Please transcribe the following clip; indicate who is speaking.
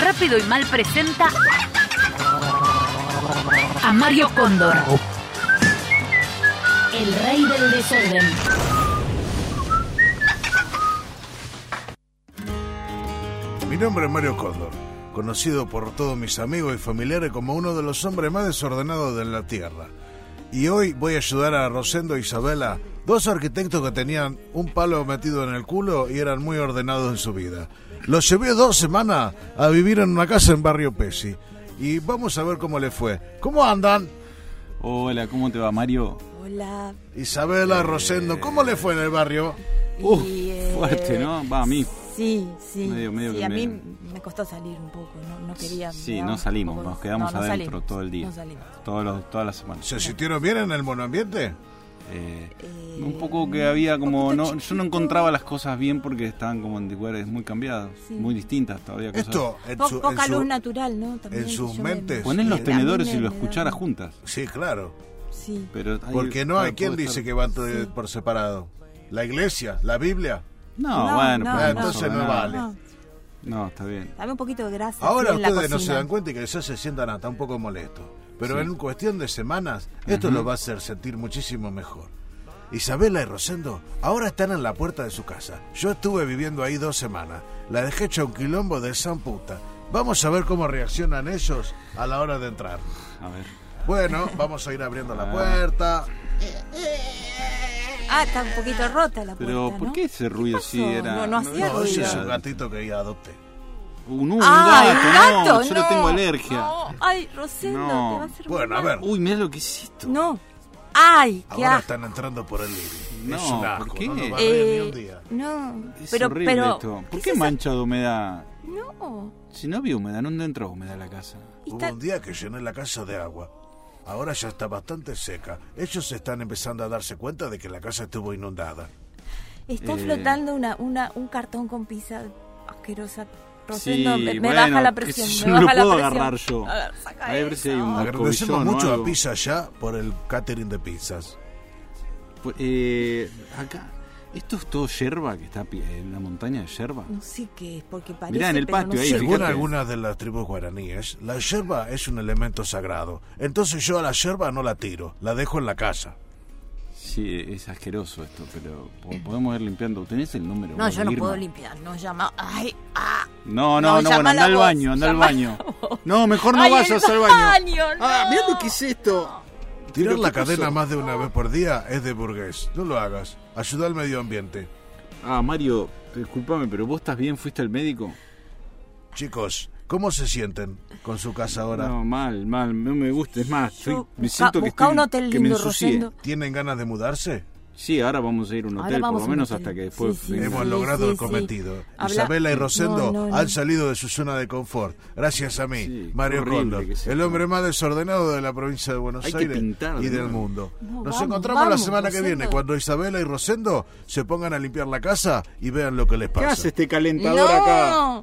Speaker 1: rápido y mal presenta a Mario Cóndor, el rey del desorden.
Speaker 2: Mi nombre es Mario Cóndor, conocido por todos mis amigos y familiares como uno de los hombres más desordenados de la Tierra. Y hoy voy a ayudar a Rosendo e Isabela, dos arquitectos que tenían un palo metido en el culo y eran muy ordenados en su vida. Los llevé dos semanas a vivir en una casa en Barrio Pesi. Y vamos a ver cómo les fue. ¿Cómo andan?
Speaker 3: Hola, ¿cómo te va, Mario?
Speaker 4: Hola.
Speaker 2: Isabela, Rosendo, ¿cómo les fue en el barrio?
Speaker 3: Uh,
Speaker 4: eh,
Speaker 3: fuerte, ¿no? Va a mí.
Speaker 4: Sí, sí.
Speaker 3: Medio- medio
Speaker 4: sí,
Speaker 3: que
Speaker 4: a
Speaker 3: me-
Speaker 4: mí me costó salir un poco, no, no quería.
Speaker 3: Sí,
Speaker 4: me daba
Speaker 3: no
Speaker 4: un
Speaker 3: salimos,
Speaker 4: poco de-
Speaker 3: nos quedamos
Speaker 4: no, no
Speaker 3: adentro
Speaker 4: salimos,
Speaker 3: todo el día.
Speaker 4: No salimos.
Speaker 3: Todos los, todas las semanas.
Speaker 2: ¿Se sintieron bien en el monoambiente?
Speaker 3: Eh,
Speaker 4: Eh,
Speaker 3: un poco que había como.
Speaker 4: poquito
Speaker 3: no, Yo no
Speaker 4: chiquito.
Speaker 3: encontraba las cosas bien porque estaban como en lugares muy cambiados, muy distintas todavía. Cosas.
Speaker 2: Esto, en
Speaker 4: Po-
Speaker 2: su- en
Speaker 4: poca
Speaker 2: su-
Speaker 4: luz natural, ¿no? También
Speaker 2: en sus
Speaker 4: yo me-
Speaker 2: mentes.
Speaker 3: Ponés los
Speaker 4: Eh,
Speaker 2: Sí.
Speaker 3: tenedores
Speaker 4: También
Speaker 3: y lo
Speaker 4: me da-
Speaker 3: escucharas juntas.
Speaker 2: Sí, claro.
Speaker 4: Sí.
Speaker 3: Pero ahí-
Speaker 2: Porque no hay
Speaker 3: claro,
Speaker 2: quien
Speaker 3: puede
Speaker 2: dice
Speaker 3: estar-
Speaker 2: que van to- por separado. La iglesia, la Biblia.
Speaker 3: No,
Speaker 4: No,
Speaker 3: bueno,
Speaker 4: no,
Speaker 3: pero
Speaker 4: Ah,
Speaker 3: no
Speaker 2: entonces
Speaker 3: sobre
Speaker 2: no
Speaker 3: nada.
Speaker 2: vale.
Speaker 4: No,
Speaker 3: No, está bien.
Speaker 4: dame un poquito de grasa.
Speaker 2: Ahora
Speaker 4: sí, en la
Speaker 2: ustedes no se
Speaker 4: cocina.
Speaker 2: dan cuenta y que quizás se sientan hasta un poco molestos. Pero
Speaker 3: Sí.
Speaker 2: en cuestión de semanas, esto los va a hacer sentir muchísimo mejor. Isabela y Rosendo ahora están en la puerta de su casa. Yo estuve viviendo ahí dos semanas. La dejé hecha un quilombo de san puta. Vamos a ver cómo reaccionan ellos a la hora de entrar.
Speaker 3: A ver.
Speaker 2: Bueno, vamos a ir abriendo la puerta.
Speaker 4: Ah, está un poquito rota la puerta.
Speaker 3: Pero ¿por
Speaker 4: ¿no?
Speaker 3: qué ese ruido
Speaker 4: pasó?
Speaker 3: si era.?
Speaker 4: No, no hacía
Speaker 2: No, ese
Speaker 4: ruido.
Speaker 2: es un gatito que adopté.
Speaker 3: Un, un
Speaker 4: Ah,
Speaker 3: gato,
Speaker 4: el gato,
Speaker 3: no, yo
Speaker 4: no.
Speaker 3: le tengo alergia.
Speaker 4: No, Ay, Rosendo,
Speaker 3: No.
Speaker 4: te va a hacer
Speaker 2: Bueno, a
Speaker 4: mal.
Speaker 2: ver.
Speaker 3: Uy, mira lo que es esto.
Speaker 4: No. Ay, qué
Speaker 2: Ahora
Speaker 4: asco.
Speaker 2: están entrando por el living.
Speaker 3: No,
Speaker 2: es un asco,
Speaker 3: ¿por qué?
Speaker 2: no nos va a reír ni
Speaker 4: Eh,
Speaker 2: un día.
Speaker 4: no,
Speaker 3: Es
Speaker 4: pero,
Speaker 3: horrible
Speaker 4: pero,
Speaker 3: esto. ¿Por
Speaker 4: ¿qué
Speaker 3: qué
Speaker 4: es esa-
Speaker 3: mancha de humedad?
Speaker 4: No,
Speaker 3: Si no había humedad, no entró humedad a la casa.
Speaker 4: y
Speaker 2: Hubo
Speaker 4: está-
Speaker 2: un día que llené la casa de agua. Ahora ya está bastante seca. Ellos están empezando a darse cuenta de que la casa estuvo inundada.
Speaker 4: está
Speaker 3: Eh.
Speaker 4: flotando una, una, un cartón con pizza asquerosa.
Speaker 3: Sí,
Speaker 4: Rosendo, me, me
Speaker 3: bueno,
Speaker 4: baja la
Speaker 3: qué sé
Speaker 4: presión.
Speaker 3: yo,
Speaker 4: me
Speaker 3: no lo
Speaker 4: baja la
Speaker 3: puedo
Speaker 4: presión.
Speaker 3: agarrar yo.
Speaker 4: A ver, saca
Speaker 3: A ver si hay
Speaker 4: eso.
Speaker 3: un-
Speaker 2: Agradecemos
Speaker 3: Ah, cobillón o
Speaker 2: mucho
Speaker 3: algo.
Speaker 2: a Pizza Ya por el catering de pizzas.
Speaker 3: Pu- eh, acá, esto es todo yerba que está pi- en una montaña de yerba.
Speaker 4: No sé qué es, porque parece.
Speaker 3: Mirá, en el
Speaker 4: pero
Speaker 3: patio
Speaker 4: no
Speaker 3: ahí,
Speaker 4: sé.
Speaker 3: fíjate.
Speaker 2: Según algunas de las tribus guaraníes, la yerba es un elemento sagrado. Entonces yo a la yerba no la tiro, la dejo en la casa.
Speaker 3: Sí, es asqueroso esto, pero po- podemos ir limpiando. ¿Tenés el número?
Speaker 4: No, yo no
Speaker 3: Irma?
Speaker 4: puedo limpiar, no llama. Ay, ah.
Speaker 3: No, no,
Speaker 4: No,
Speaker 3: no, bueno,
Speaker 4: llamala
Speaker 3: anda al
Speaker 4: vos,
Speaker 3: baño, anda al
Speaker 4: llamala
Speaker 3: baño. No, mejor no
Speaker 4: Ay,
Speaker 3: vayas
Speaker 4: el
Speaker 3: al baño.
Speaker 4: baño, no.
Speaker 3: Ah, mirá lo que es esto.
Speaker 2: Tirar
Speaker 3: ¿Pero
Speaker 2: la
Speaker 3: qué pasó?
Speaker 2: cadena más de una vez por día es de burgués. No lo hagas. Ayuda al medio ambiente.
Speaker 3: Ah, Mario, discúlpame, pero vos estás bien, fuiste al médico.
Speaker 2: Chicos, ¿cómo se sienten con su casa ahora?
Speaker 3: No, mal, mal, no me gusta. Es más, estoy-
Speaker 4: Yo-
Speaker 3: me
Speaker 4: busca-
Speaker 3: siento que,
Speaker 4: busca
Speaker 3: estoy-
Speaker 4: un hotel
Speaker 3: que me
Speaker 4: lindo,
Speaker 3: ensucié.
Speaker 4: Rosendo.
Speaker 2: ¿Tienen ganas de mudarse?
Speaker 3: Sí, ahora vamos a ir a un
Speaker 4: Ahora
Speaker 3: hotel, por
Speaker 4: vamos
Speaker 3: lo
Speaker 4: a un
Speaker 3: menos
Speaker 4: hotel.
Speaker 3: hasta que
Speaker 4: Sí,
Speaker 3: después.
Speaker 4: sí,
Speaker 3: venga.
Speaker 2: Hemos
Speaker 4: sí,
Speaker 2: logrado el
Speaker 4: sí.
Speaker 2: cometido.
Speaker 4: Habla-
Speaker 2: Isabela y Rosendo
Speaker 4: No, no, no.
Speaker 2: han salido de su zona de confort. Gracias a mí,
Speaker 3: Sí,
Speaker 2: Mario
Speaker 3: qué horrible
Speaker 2: Cóndor,
Speaker 3: que es
Speaker 2: el
Speaker 3: esto.
Speaker 2: hombre más desordenado de la provincia de Buenos
Speaker 3: Hay que
Speaker 2: Aires
Speaker 3: pintar
Speaker 2: y
Speaker 3: de
Speaker 2: del
Speaker 3: nuevo.
Speaker 2: mundo.
Speaker 4: No,
Speaker 2: Nos
Speaker 4: vamos,
Speaker 2: encontramos la
Speaker 4: vamos,
Speaker 2: semana que
Speaker 4: Rosendo.
Speaker 2: viene cuando Isabela y Rosendo se pongan a limpiar la casa y vean lo que les
Speaker 3: ¿Qué
Speaker 2: pasa.
Speaker 3: hace este calentador acá?
Speaker 4: No.